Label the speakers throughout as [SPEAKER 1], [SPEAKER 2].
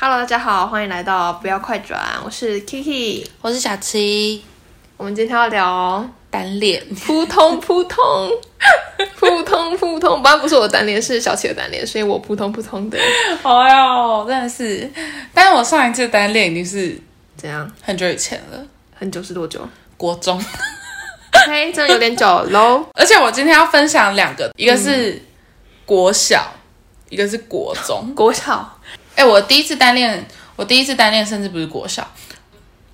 [SPEAKER 1] 大家好，欢迎来到不要快转，我是 Kiki。
[SPEAKER 2] 我是小七，
[SPEAKER 1] 我们今天要聊
[SPEAKER 2] 单恋。
[SPEAKER 1] 扑通扑通， 扑通扑通。不然不是我的单恋，是小七的单恋，所以我扑通扑通的。
[SPEAKER 2] 哎呦，真的是！但是我上一次单恋已经是
[SPEAKER 1] 怎样？
[SPEAKER 2] 很久以前了，
[SPEAKER 1] 很久是多久
[SPEAKER 2] 国中。
[SPEAKER 1] ？OK，真的有点久喽。
[SPEAKER 2] 而且我今天要分享两个，一个是国小，一个是国中。
[SPEAKER 1] 国小
[SPEAKER 2] 哎、我第一次单恋，我第一次单恋甚至不是国小，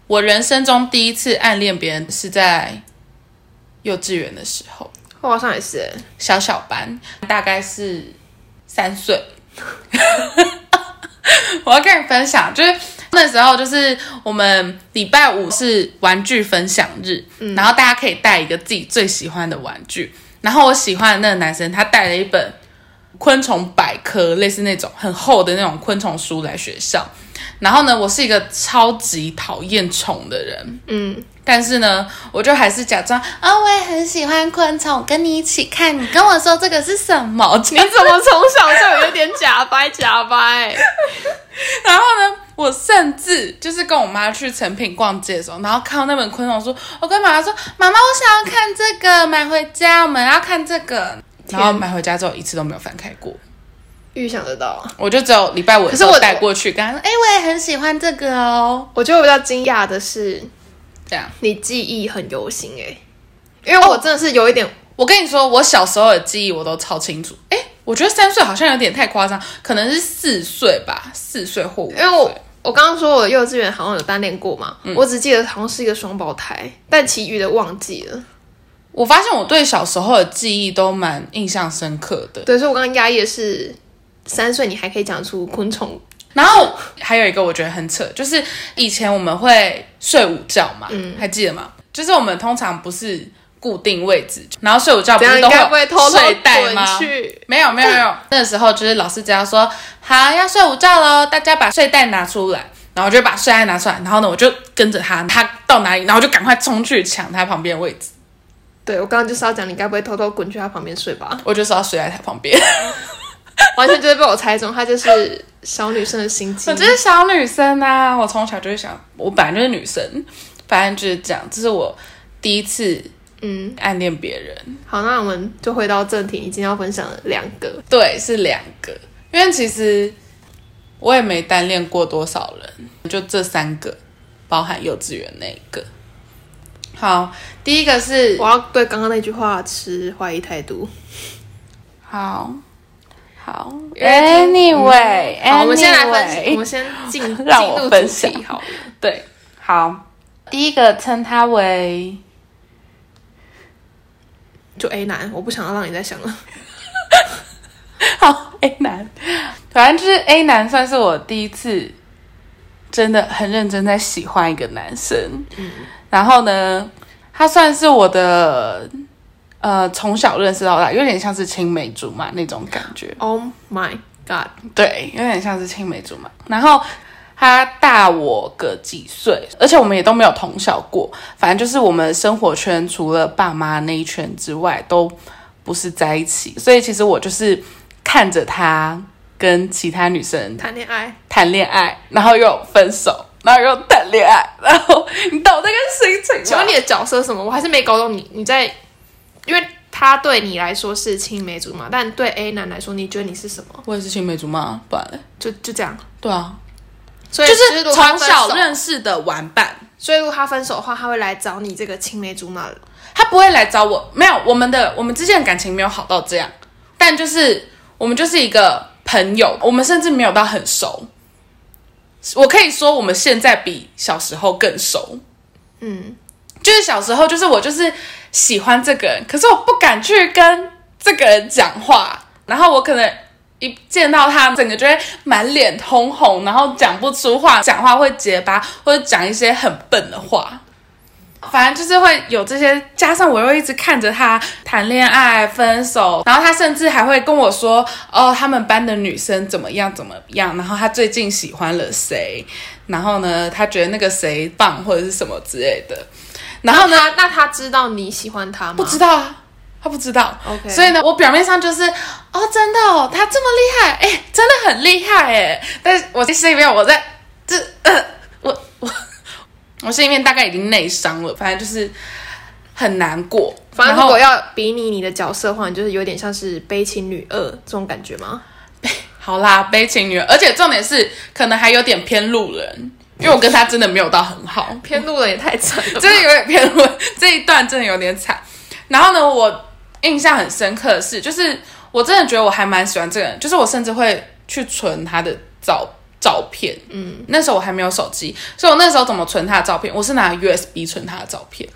[SPEAKER 2] 我人生中第一次暗恋别人是在幼稚园的时候，
[SPEAKER 1] 我好像也是欸，
[SPEAKER 2] 小小班，大概是三岁。 我要跟你分享，就是那时候就是我们礼拜五是玩具分享日，然后大家可以带一个自己最喜欢的玩具。然后我喜欢的那个男生，他带了一本昆虫百科，类似那种很厚的那种昆虫书来学校。然后呢，我是一个超级讨厌虫的人，
[SPEAKER 1] 嗯，
[SPEAKER 2] 但是呢，我就还是假装啊、我也很喜欢昆虫，跟你一起看。你跟我说这个是什么？
[SPEAKER 1] 你怎么从小就有一点假掰假掰？
[SPEAKER 2] 然后呢，我甚至就是跟我妈去成品逛街的时候，然后看到那本昆虫书，我跟妈妈说：“哦妈妈，我想要看这个，买回家，我们要看这个。”然后买回家之后一次都没有翻开过，
[SPEAKER 1] 预想得到，
[SPEAKER 2] 我就只有礼拜五的时
[SPEAKER 1] 可是
[SPEAKER 2] 候
[SPEAKER 1] 我
[SPEAKER 2] 带过去，跟她说：“哎、我也很喜欢这个哦。
[SPEAKER 1] 我觉得我比较惊讶的是，”
[SPEAKER 2] 这样，
[SPEAKER 1] 你记忆很犹新哎，因为我真的是有一点
[SPEAKER 2] 我跟你说，我小时候的记忆我都超清楚。哎，我觉得三岁好像有点太夸张，可能是四岁吧，四岁或五岁。
[SPEAKER 1] 因为我我刚刚说我幼稚园好像有单恋过嘛，
[SPEAKER 2] 嗯
[SPEAKER 1] 我只记得好像是一个双胞胎，但其余的忘记了。
[SPEAKER 2] 我发现我对小时候的记忆都蛮印象深刻的。
[SPEAKER 1] 对，所以我刚刚压抑的是三岁你还可以讲出昆虫，
[SPEAKER 2] 然后还有一个我觉得很扯，就是以前我们会睡午觉嘛，
[SPEAKER 1] 嗯
[SPEAKER 2] 还记得吗？就是我们通常不是固定位置，然后睡午觉不
[SPEAKER 1] 怎样
[SPEAKER 2] 是
[SPEAKER 1] 应
[SPEAKER 2] 都
[SPEAKER 1] 该不会偷
[SPEAKER 2] 有
[SPEAKER 1] 偷
[SPEAKER 2] 睡袋
[SPEAKER 1] 滚
[SPEAKER 2] 吗？
[SPEAKER 1] 去？
[SPEAKER 2] 没有没有没有，那时候就是老师只要说好要睡午觉喽，大家把睡袋拿出来，然后我就把睡袋拿出来，然后呢我就跟着他，他到哪里，然后我就赶快冲去抢他旁边的位置，
[SPEAKER 1] 对我刚刚就是要讲你该不会偷偷滚去他旁边睡吧？
[SPEAKER 2] 我就是要睡在他旁边。
[SPEAKER 1] 完全就是被我猜中，她就是小女生的心机
[SPEAKER 2] 我。就是小女生啊，我从小就是想，我本来就是女生，反正就是这样。这是我第一次
[SPEAKER 1] 嗯，
[SPEAKER 2] 暗恋别人，
[SPEAKER 1] 好，那我们就回到正题，你今天要分享的两个，
[SPEAKER 2] 对，是两个。因为其实我也没单恋过多少人，就这三个，包含幼稚园那一个。好，第一个是
[SPEAKER 1] 我要对刚刚那句话持怀疑态度。
[SPEAKER 2] 好好
[SPEAKER 1] 嗯好，我们先来分析，我
[SPEAKER 2] 析。
[SPEAKER 1] 们先进进
[SPEAKER 2] 让我
[SPEAKER 1] 入
[SPEAKER 2] 分
[SPEAKER 1] 主题
[SPEAKER 2] 享
[SPEAKER 1] 好了。
[SPEAKER 2] 对，好，第一个称他为
[SPEAKER 1] 就 A 男，我不想要让你再想了。
[SPEAKER 2] 好 A 男，反正就是 A 男算是我第一次真的很认真在喜欢一个男生。然后呢，他算是我的呃从小认识到大，有点像是青梅竹马那种感觉。
[SPEAKER 1] Oh my god！
[SPEAKER 2] 对，有点像是青梅竹马。然后他大我个几岁，而且我们也都没有同校过。反正就是我们生活圈除了爸妈那一圈之外，都不是在一起。所以其实我就是看着他跟其他女生
[SPEAKER 1] 谈恋爱，
[SPEAKER 2] 谈恋爱，然后又分手，然后又谈恋爱，然后你懂这个心情
[SPEAKER 1] 请
[SPEAKER 2] 吗
[SPEAKER 1] 问？你的角色是什么？我还是没搞懂你。你在，因为他对你来说是青梅竹马，但对 A 男来说，你觉得你是什么？
[SPEAKER 2] 我也是青梅竹马，不然嘞
[SPEAKER 1] 就就这样。
[SPEAKER 2] 对啊，
[SPEAKER 1] 所以
[SPEAKER 2] 就是
[SPEAKER 1] 如果他
[SPEAKER 2] 从
[SPEAKER 1] 分
[SPEAKER 2] 小
[SPEAKER 1] 手
[SPEAKER 2] 认识的玩伴。
[SPEAKER 1] 所以如果他分手的话，他会来找你这个青梅竹马的。
[SPEAKER 2] 他不会来找我，没有，我们的我们之间的感情没有好到这样，但就是我们就是一个朋友，我们甚至没有到很熟。我可以说我们现在比小时候更熟，
[SPEAKER 1] 嗯，
[SPEAKER 2] 就是小时候就是我就是喜欢这个人，可是我不敢去跟这个人讲话，然后我可能。一见到他，整个就会满脸通红，然后讲不出话，讲话会结巴，或者讲一些很笨的话。反正就是会有这些，加上我又一直看着他谈恋爱、分手，然后他甚至还会跟我说：“哦，他们班的女生怎么样怎么样，然后他最近喜欢了谁，然后呢，他觉得那个谁棒或者是什么之类的。”然后呢，
[SPEAKER 1] 那那他知道你喜欢他吗？
[SPEAKER 2] 不知道啊，他不知道。
[SPEAKER 1] OK
[SPEAKER 2] 所以呢，我表面上就是哦，真的哦，他这么厉害，哎，真的很厉害哎。但是我心里面我在这呃，我我 我心里面大概已经内伤了，反正就是很难过。
[SPEAKER 1] 反正
[SPEAKER 2] 然
[SPEAKER 1] 如
[SPEAKER 2] 后
[SPEAKER 1] 果要比拟你的角色的话，你就是有点像是悲情女二这种感觉吗？
[SPEAKER 2] 好啦，悲情女，而且重点是可能还有点偏路人，因为我跟他真的没有到很好，
[SPEAKER 1] 偏路人也太惨了吧，
[SPEAKER 2] 真的有点偏路人，这一段真的有点惨。然后呢，我印象很深刻的是，就是我真的觉得我还蛮喜欢这个人，就是我甚至会去存他的照照片，嗯，那时候我还没有手机，所以我那时候怎么存他的照片？我是拿 USB 存他的照片，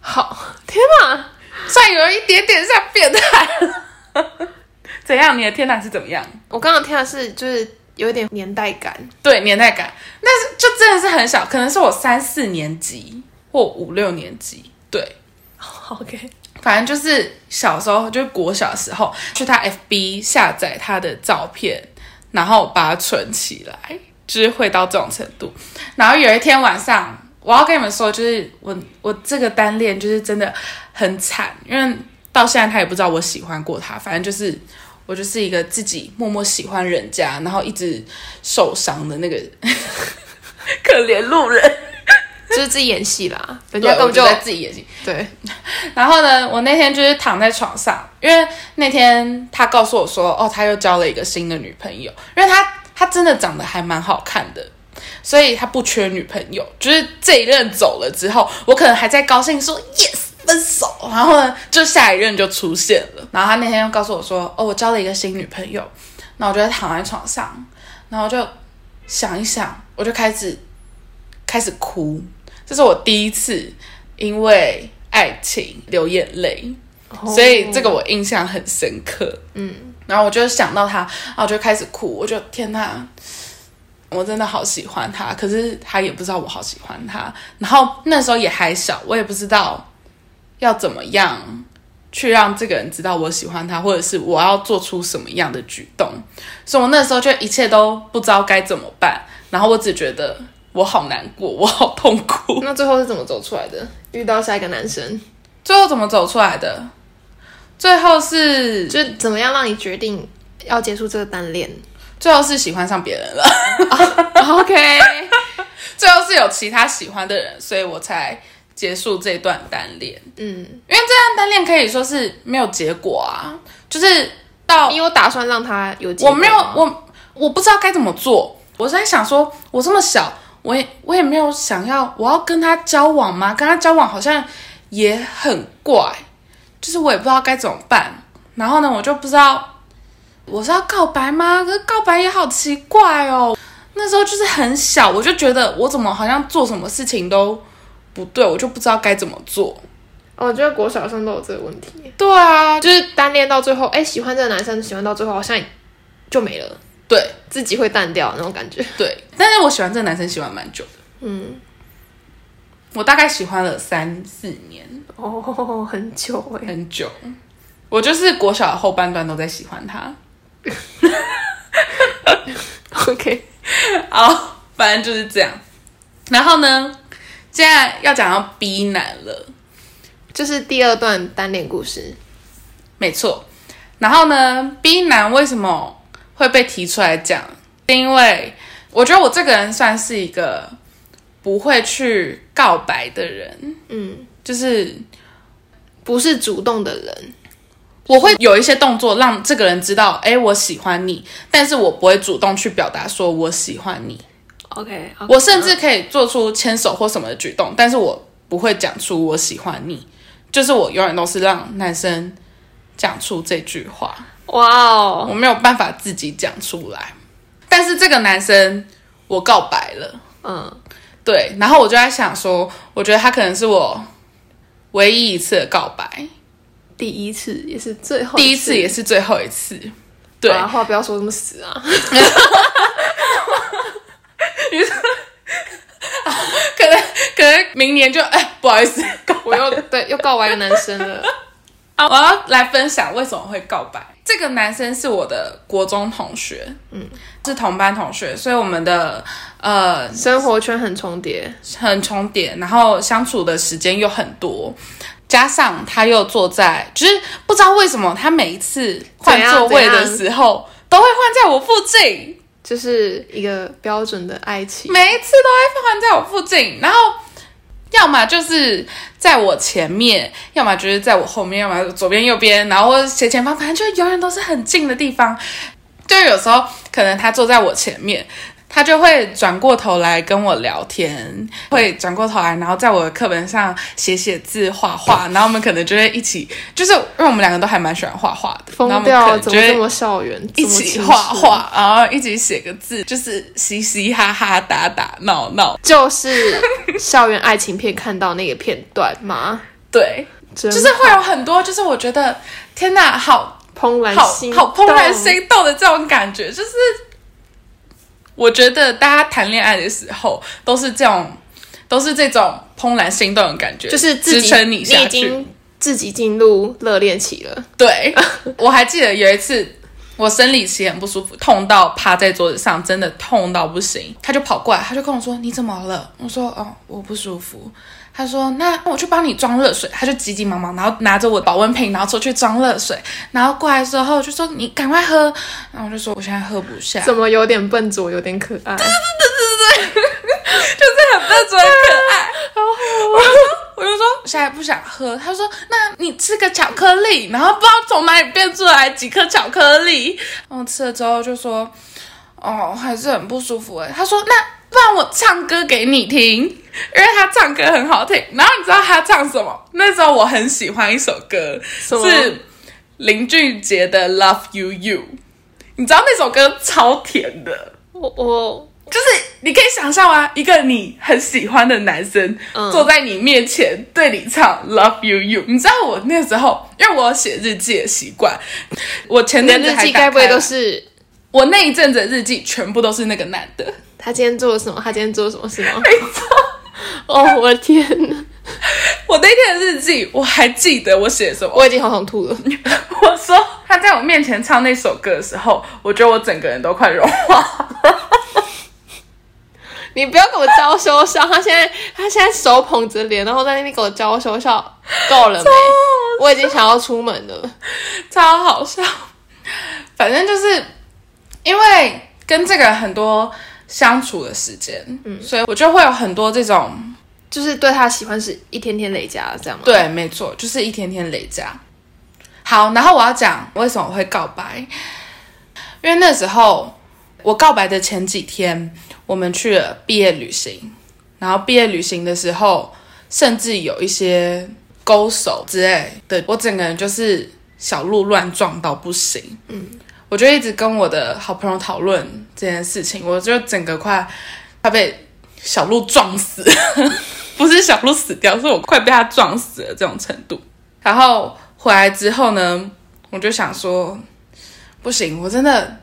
[SPEAKER 1] 好， 天哪！
[SPEAKER 2] 算有一点点像变态了。 怎样？你的天哪是怎么样？
[SPEAKER 1] 我刚刚听的是就是有一点年代 感，
[SPEAKER 2] 对年代感，那是就真的是很小，可能是我三四年级或五六年级，对，
[SPEAKER 1] 好 OK，
[SPEAKER 2] 反正就是小时候，就是国小的时候，去他 FB 下载他的照片，然后把它存起来，就是会到这种程度。然后有一天晚上，我要跟你们说，就是我我这个单恋就是真的很惨，因为到现在他也不知道我喜欢过他，反正就是我就是一个自己默默喜欢人家，然后一直受伤的那个 可怜路人，
[SPEAKER 1] 就是自己演戏啦，人
[SPEAKER 2] 对
[SPEAKER 1] 家根
[SPEAKER 2] 我
[SPEAKER 1] 本就
[SPEAKER 2] 在自己眼睛。
[SPEAKER 1] 对，
[SPEAKER 2] 然后呢，我那天就是躺在床上，因为那天他告诉我说，哦，他又交了一个新的女朋友，因为他他真的长得还蛮好看的，所以他不缺女朋友。就是这一任走了之后，我可能还在高兴说 yes 分手，然后呢，就下一任就出现了。然后他那天又告诉我说，哦，我交了一个新女朋友，那我就躺在床上，然后就想一想，我就开始开始哭，这是我第一次因为爱情流眼泪，
[SPEAKER 1] 哦
[SPEAKER 2] 所以这个我印象很深刻。嗯，然后我就想到他，然后我就开始哭，我就天哪，我真的好喜欢他，可是他也不知道我好喜欢他。然后那时候也还小，我也不知道要怎么样去让这个人知道我喜欢他，或者是我要做出什么样的举动。所以我那时候就一切都不知道该怎么办，然后我只觉得我好难过，我好痛苦。
[SPEAKER 1] 那最后是怎么走出来的？遇到下一个男生，
[SPEAKER 2] 最后怎么走出来的？最后是
[SPEAKER 1] 就是怎么样让你决定要结束这个单恋
[SPEAKER 2] 最后是喜欢上别人了，
[SPEAKER 1] ？OK，
[SPEAKER 2] 最后是有其他喜欢的人，所以我才结束这段单恋。
[SPEAKER 1] 嗯，
[SPEAKER 2] 因为这段单恋可以说是没有结果啊，就是到
[SPEAKER 1] 你有打算让他有结
[SPEAKER 2] 我
[SPEAKER 1] 果
[SPEAKER 2] 没有
[SPEAKER 1] 吗
[SPEAKER 2] 我我不知道该怎么做，我在想说，我这么小，我也我也没有想要我要跟他交往吗？跟他交往好像也很怪，就是我也不知道该怎么办。然后呢，我就不知道我是要告白吗？可是告白也好奇怪哦。那时候就是很小，我就觉得我怎么好像做什么事情都不对，我就不知道该怎么做。
[SPEAKER 1] 哦我觉得国小生都有这个问题，
[SPEAKER 2] 对啊，就
[SPEAKER 1] 就是单恋到最后，哎，喜欢这个男生，喜欢到最后好像就没了，
[SPEAKER 2] 对
[SPEAKER 1] 自己会淡掉那种感觉。
[SPEAKER 2] 对，但是我喜欢这个男生喜欢蛮久的，
[SPEAKER 1] 嗯，
[SPEAKER 2] 我大概喜欢了三四年。
[SPEAKER 1] 哦，很久哎、
[SPEAKER 2] 很久。欸我就是国小的后半段都在喜欢他。
[SPEAKER 1] OK，
[SPEAKER 2] 好，反正就是这样。然后呢，现在要讲到 B 男了，
[SPEAKER 1] 这是第二段单恋故事。
[SPEAKER 2] 没错。然后呢，B 男为什么会被提出来讲？是因为我觉得我这个人算是一个不会去告白的人，
[SPEAKER 1] 嗯，
[SPEAKER 2] 就是
[SPEAKER 1] 不是主动的人，
[SPEAKER 2] 我会有一些动作让这个人知道，哎，我喜欢你，但是我不会主动去表达说我喜欢你。
[SPEAKER 1] OK，,
[SPEAKER 2] 我甚至可以做出牵手或什么的举动，但是我不会讲出我喜欢你，就是我永远都是让男生讲出这句话，
[SPEAKER 1] 哇哦，
[SPEAKER 2] 我没有办法自己讲出来。但是这个男生，我告白了，
[SPEAKER 1] 嗯，
[SPEAKER 2] 对，然后我就在想说，我觉得他可能是我唯一一次的告白，
[SPEAKER 1] 第一次也是最后
[SPEAKER 2] 第一次也是最后一次，对，
[SPEAKER 1] 啊，话不要说这么死啊。
[SPEAKER 2] 可能可能明年就哎，不好意思，告白
[SPEAKER 1] 我又 对又告白一个男生 了，
[SPEAKER 2] 啊，我要来分享为什么会告白。这个男生是我的国中同学，嗯，是同班同学，所以我们的呃
[SPEAKER 1] 生活圈很重叠，
[SPEAKER 2] 很重叠，然后相处的时间又很多，加上他又坐在，就是不知道为什么他每一次换座位的时候都会换在我附近，
[SPEAKER 1] 就是一个标准的爱情。
[SPEAKER 2] 每一次都会发生在我附近，然后要么就是在我前面，要么就是在我后面，要么左边右边，然后或者斜前方，反正就永远都是很近的地方。就有时候可能他坐在我前面，他就会转过头来跟我聊天，会转过头来，然后在我的课本上写写字、画画，然后我们可能就会一起，就是因为我们两个都还蛮喜欢画画的，然后
[SPEAKER 1] 疯
[SPEAKER 2] 我们可
[SPEAKER 1] 掉，
[SPEAKER 2] 能
[SPEAKER 1] 怎
[SPEAKER 2] 就
[SPEAKER 1] 么
[SPEAKER 2] 会
[SPEAKER 1] 这么校园？
[SPEAKER 2] 一
[SPEAKER 1] 这么
[SPEAKER 2] 起
[SPEAKER 1] 青
[SPEAKER 2] 画
[SPEAKER 1] 春，
[SPEAKER 2] 画，然后一起写个字，就是嘻嘻哈哈、打打闹闹。
[SPEAKER 1] 就是校园爱情片看到那个片段吗？
[SPEAKER 2] 对，
[SPEAKER 1] 就
[SPEAKER 2] 就是会有很多，就是我觉得天哪，好
[SPEAKER 1] 怦然
[SPEAKER 2] 好
[SPEAKER 1] 心，
[SPEAKER 2] 好怦然。心动的这种感觉，就是我觉得大家谈恋爱的时候都是这种，都是这种怦然心动的感觉，
[SPEAKER 1] 就是自
[SPEAKER 2] 支
[SPEAKER 1] 己
[SPEAKER 2] 撑你下
[SPEAKER 1] 已
[SPEAKER 2] 去。
[SPEAKER 1] 经自己进入热恋期了，
[SPEAKER 2] 对，我还记得有一次。我生理期很不舒服，痛到趴在桌子上，真的痛到不行。他就跑过来，他就跟我说：“你怎么了？”我说：“哦，我不舒服。”他说：“那我去帮你装热水。”他就急急忙忙，然后拿着我的保温瓶，然后出去装热水。然后过来之后就说：“你赶快喝。”然后我就说：“我现在喝不下。”
[SPEAKER 1] 怎么有点笨拙，有点可 爱？
[SPEAKER 2] 就是很笨拙、很可爱。我就说，我就说现在不想喝。他说，那你吃个巧克力，然后不知道从哪里变出来哎几颗巧克力。然后吃了之后就说，哦，还是很不舒服哎。他说，那不然我唱歌给你听，因为他唱歌很好听。然后你知道他唱什么？那时候我很喜欢一首歌，
[SPEAKER 1] 么
[SPEAKER 2] 是林俊杰的《Love You You》。你知道那首歌超甜的，
[SPEAKER 1] 我我
[SPEAKER 2] 就是你可以想象啊，一个你很喜欢的男生、
[SPEAKER 1] 嗯
[SPEAKER 2] 坐在你面前对你唱 Love You You，你知道我那时候，因为我有写日记的习惯，我 前
[SPEAKER 1] 你的
[SPEAKER 2] 阵子
[SPEAKER 1] 日
[SPEAKER 2] 还
[SPEAKER 1] 记
[SPEAKER 2] 打
[SPEAKER 1] 该不会
[SPEAKER 2] 开
[SPEAKER 1] 都
[SPEAKER 2] 了
[SPEAKER 1] 是
[SPEAKER 2] 我那一阵子的日记全部都是那个男的，
[SPEAKER 1] 他今天做了什么？他今天做了什么事吗？
[SPEAKER 2] 没错。
[SPEAKER 1] 哦，我的天哪，
[SPEAKER 2] 我那天的日记我还记得我写什么，
[SPEAKER 1] 我已经好想吐了。
[SPEAKER 2] 我说他在我面前唱那首歌的时候，我觉得我整个人都快融化了。
[SPEAKER 1] 你不要给我招羞笑，他现在他现在手捧着脸，然后在那边给我招羞笑，够了没？我已经想要出门了。
[SPEAKER 2] 超好笑。反正就是因为跟这个人很多相处的时间，嗯，所以我就会有很多这种
[SPEAKER 1] 就是对他喜欢是一天天累加，这样吗？，
[SPEAKER 2] 对，没错，就是一天天累加。好，然后我要讲为什么我会告白，因为那时候我告白的前几天，我们去了毕业旅行，然后毕业旅行的时候，甚至有一些勾手之类的，我整个人就是小鹿乱撞到不行。嗯，我就一直跟我的好朋友讨论这件事情，我就整个快快被小鹿撞死。不是小鹿死掉，是我快被它撞死了这种程度。然后回来之后呢，我就想说，不行，我真的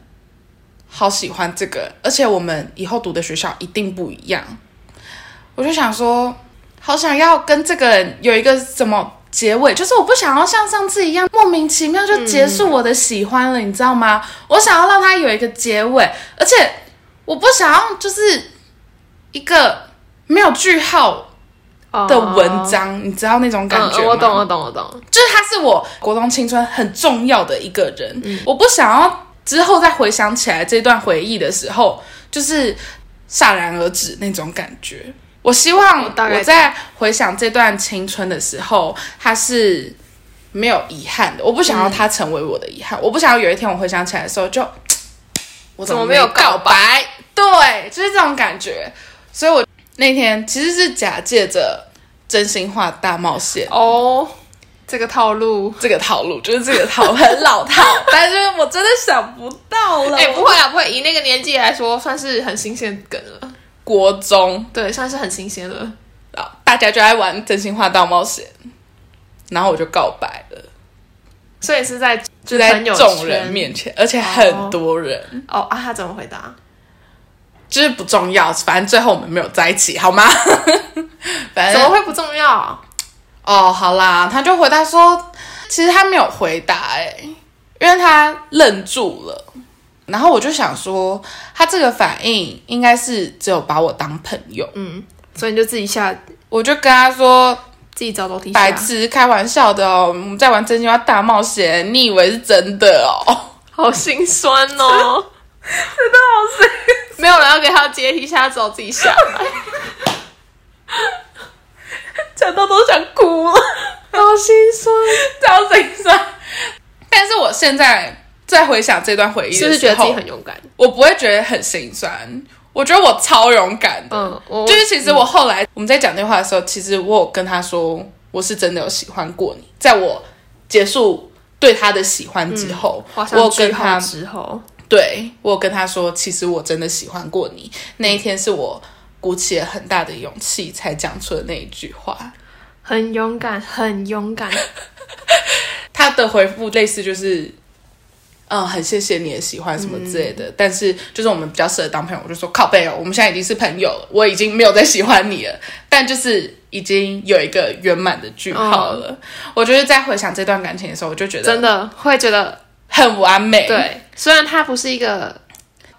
[SPEAKER 2] 好喜欢这个，而且我们以后读的学校一定不一样。我就想说，好想要跟这个人有一个什么结尾，就是我不想要像上次一样莫名其妙就结束我的喜欢了，你知道吗？我想要让他有一个结尾，而且我不想要就是一个没有句号的文章，你知道那种感觉吗？
[SPEAKER 1] 哦嗯，我懂，我懂，我懂。
[SPEAKER 2] 就是他是我国中青春很重要的一个人，
[SPEAKER 1] 嗯
[SPEAKER 2] 我不想要之后再回想起来这段回忆的时候，就是戛然而止那种感觉。我希望
[SPEAKER 1] 我大概
[SPEAKER 2] 我在回想这段青春的时候，他是没有遗憾的。我不想
[SPEAKER 1] 嗯
[SPEAKER 2] 要他成为我的遗憾，我不想要有一天我回想起来的时候就，我怎
[SPEAKER 1] 怎么
[SPEAKER 2] 没
[SPEAKER 1] 没有
[SPEAKER 2] 告
[SPEAKER 1] 告
[SPEAKER 2] 白？对，就是这种感觉。所以我那天其实是假借着真心话大冒险。
[SPEAKER 1] 哦，这个套路。
[SPEAKER 2] 这个套路，就是这个套路很老套，但是我真的想不到 了。
[SPEAKER 1] 哎、不会啊，不会，以那个年纪来说，算是很新鲜的梗了。
[SPEAKER 2] 国中
[SPEAKER 1] 对，算是很新鲜了。
[SPEAKER 2] 啊，大家就爱玩真心话大冒险，然后我就告白了，
[SPEAKER 1] 所以是在
[SPEAKER 2] 就
[SPEAKER 1] 就
[SPEAKER 2] 在众人面前，而且很多人，
[SPEAKER 1] 哦啊，他怎么回答？
[SPEAKER 2] 就是不重要，反正最后我们没有在一起，好吗？ 反
[SPEAKER 1] 怎
[SPEAKER 2] 正
[SPEAKER 1] 么会不重要？
[SPEAKER 2] 哦，好啦，他就回答说，其实他没有回答、欸，因为他愣住了。然后我就想说，他这个反应应该是只有把我当朋友，
[SPEAKER 1] 所以你就自己下，
[SPEAKER 2] 我就跟他说：“
[SPEAKER 1] 自己找楼梯下。
[SPEAKER 2] 白痴，开玩笑的哦，我们在玩真心话大冒险，你以为是真的哦
[SPEAKER 1] 好心酸哦。没有人要给他阶梯下，他只好自己下来。
[SPEAKER 2] 讲到都想哭了，
[SPEAKER 1] 好心酸，
[SPEAKER 2] 超心酸。但是我现在在回想这段回忆的时
[SPEAKER 1] 是
[SPEAKER 2] 候，
[SPEAKER 1] 不是觉得自己很勇敢？
[SPEAKER 2] 我不会觉得很心酸，我觉得我超勇敢的。
[SPEAKER 1] 嗯，我
[SPEAKER 2] 就是其实我后来我们在讲电话的时候，其实我有跟他说，我是真的有喜欢过你。在我结束对他的喜欢之后，
[SPEAKER 1] 嗯画
[SPEAKER 2] 我有
[SPEAKER 1] 上
[SPEAKER 2] 跟
[SPEAKER 1] 句号
[SPEAKER 2] 他
[SPEAKER 1] 之后，
[SPEAKER 2] 对我有跟他说，其实我真的喜欢过你。那一天是我鼓起了很大的勇气才讲出的那一句话。
[SPEAKER 1] 很勇敢，很勇敢。
[SPEAKER 2] 他的回复类似就是，嗯，很谢谢你的喜欢什么之类的，
[SPEAKER 1] 嗯
[SPEAKER 2] 但是就是我们比较适合当朋友，我就说靠背哦，我们现在已经是朋友了，我已经没有再喜欢你了，但就是已经有一个圆满的句号了。我就是在回想这段感情的时候，哎我就觉
[SPEAKER 1] 嗯真
[SPEAKER 2] 得
[SPEAKER 1] 的会觉得，
[SPEAKER 2] 很完美，，
[SPEAKER 1] 对，虽然它不是一个，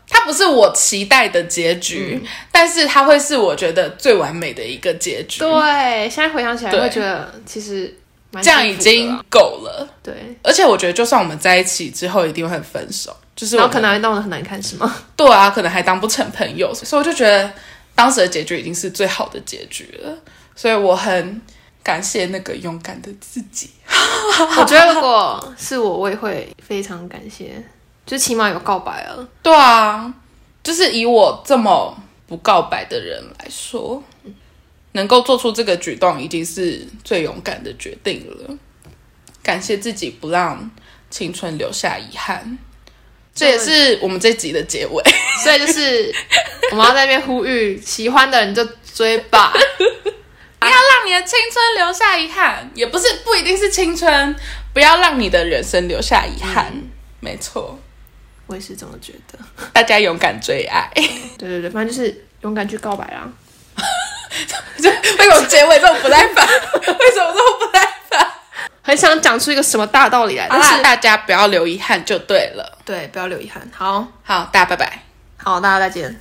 [SPEAKER 2] 它不是我期待的结局，
[SPEAKER 1] 嗯
[SPEAKER 2] 但是它会是我觉得最完美的一个结局，
[SPEAKER 1] 对，啊现在回想起来
[SPEAKER 2] 对
[SPEAKER 1] 会觉得其实蛮
[SPEAKER 2] 这样
[SPEAKER 1] 幸
[SPEAKER 2] 已
[SPEAKER 1] 福的啊
[SPEAKER 2] 经够了。
[SPEAKER 1] 对，
[SPEAKER 2] 而且我觉得，就算我们在一起之后，一定会很分手，就是
[SPEAKER 1] 然
[SPEAKER 2] 我
[SPEAKER 1] 后
[SPEAKER 2] 们
[SPEAKER 1] 可能还弄得很难看，是吗？
[SPEAKER 2] 对啊，可能还当不成朋友，所以我就觉得当时的结局已经是最好的结局了，所以我很感谢那个勇敢的自己。
[SPEAKER 1] 我觉得如果是我，我也会非常感谢，就起码有告白了。
[SPEAKER 2] 对啊，就是以我这么不告白的人来说，能够做出这个举动已经是最勇敢的决定了。感谢自己不让青春留下遗憾，这也是我们这集的结尾。
[SPEAKER 1] 所以就是我们要在那边呼吁，喜欢的人就追吧。
[SPEAKER 2] 不要让你的青春留下遗憾，也不是不一定是青春，不要让你的人生留下遗憾。没错，
[SPEAKER 1] 我也是这么觉得。
[SPEAKER 2] 大家勇敢追爱。
[SPEAKER 1] 对对对，反正就是勇敢去告白啊啦。
[SPEAKER 2] 就为什么结尾这么不耐烦？ 为什么这么不耐烦？
[SPEAKER 1] 很想讲出一个什么大道理来，
[SPEAKER 2] 好
[SPEAKER 1] 但
[SPEAKER 2] 啦，
[SPEAKER 1] 是
[SPEAKER 2] 大家不要留遗憾就对了。
[SPEAKER 1] 对，不要留遗憾。好，
[SPEAKER 2] 好，大家拜拜。
[SPEAKER 1] 好，大家再见。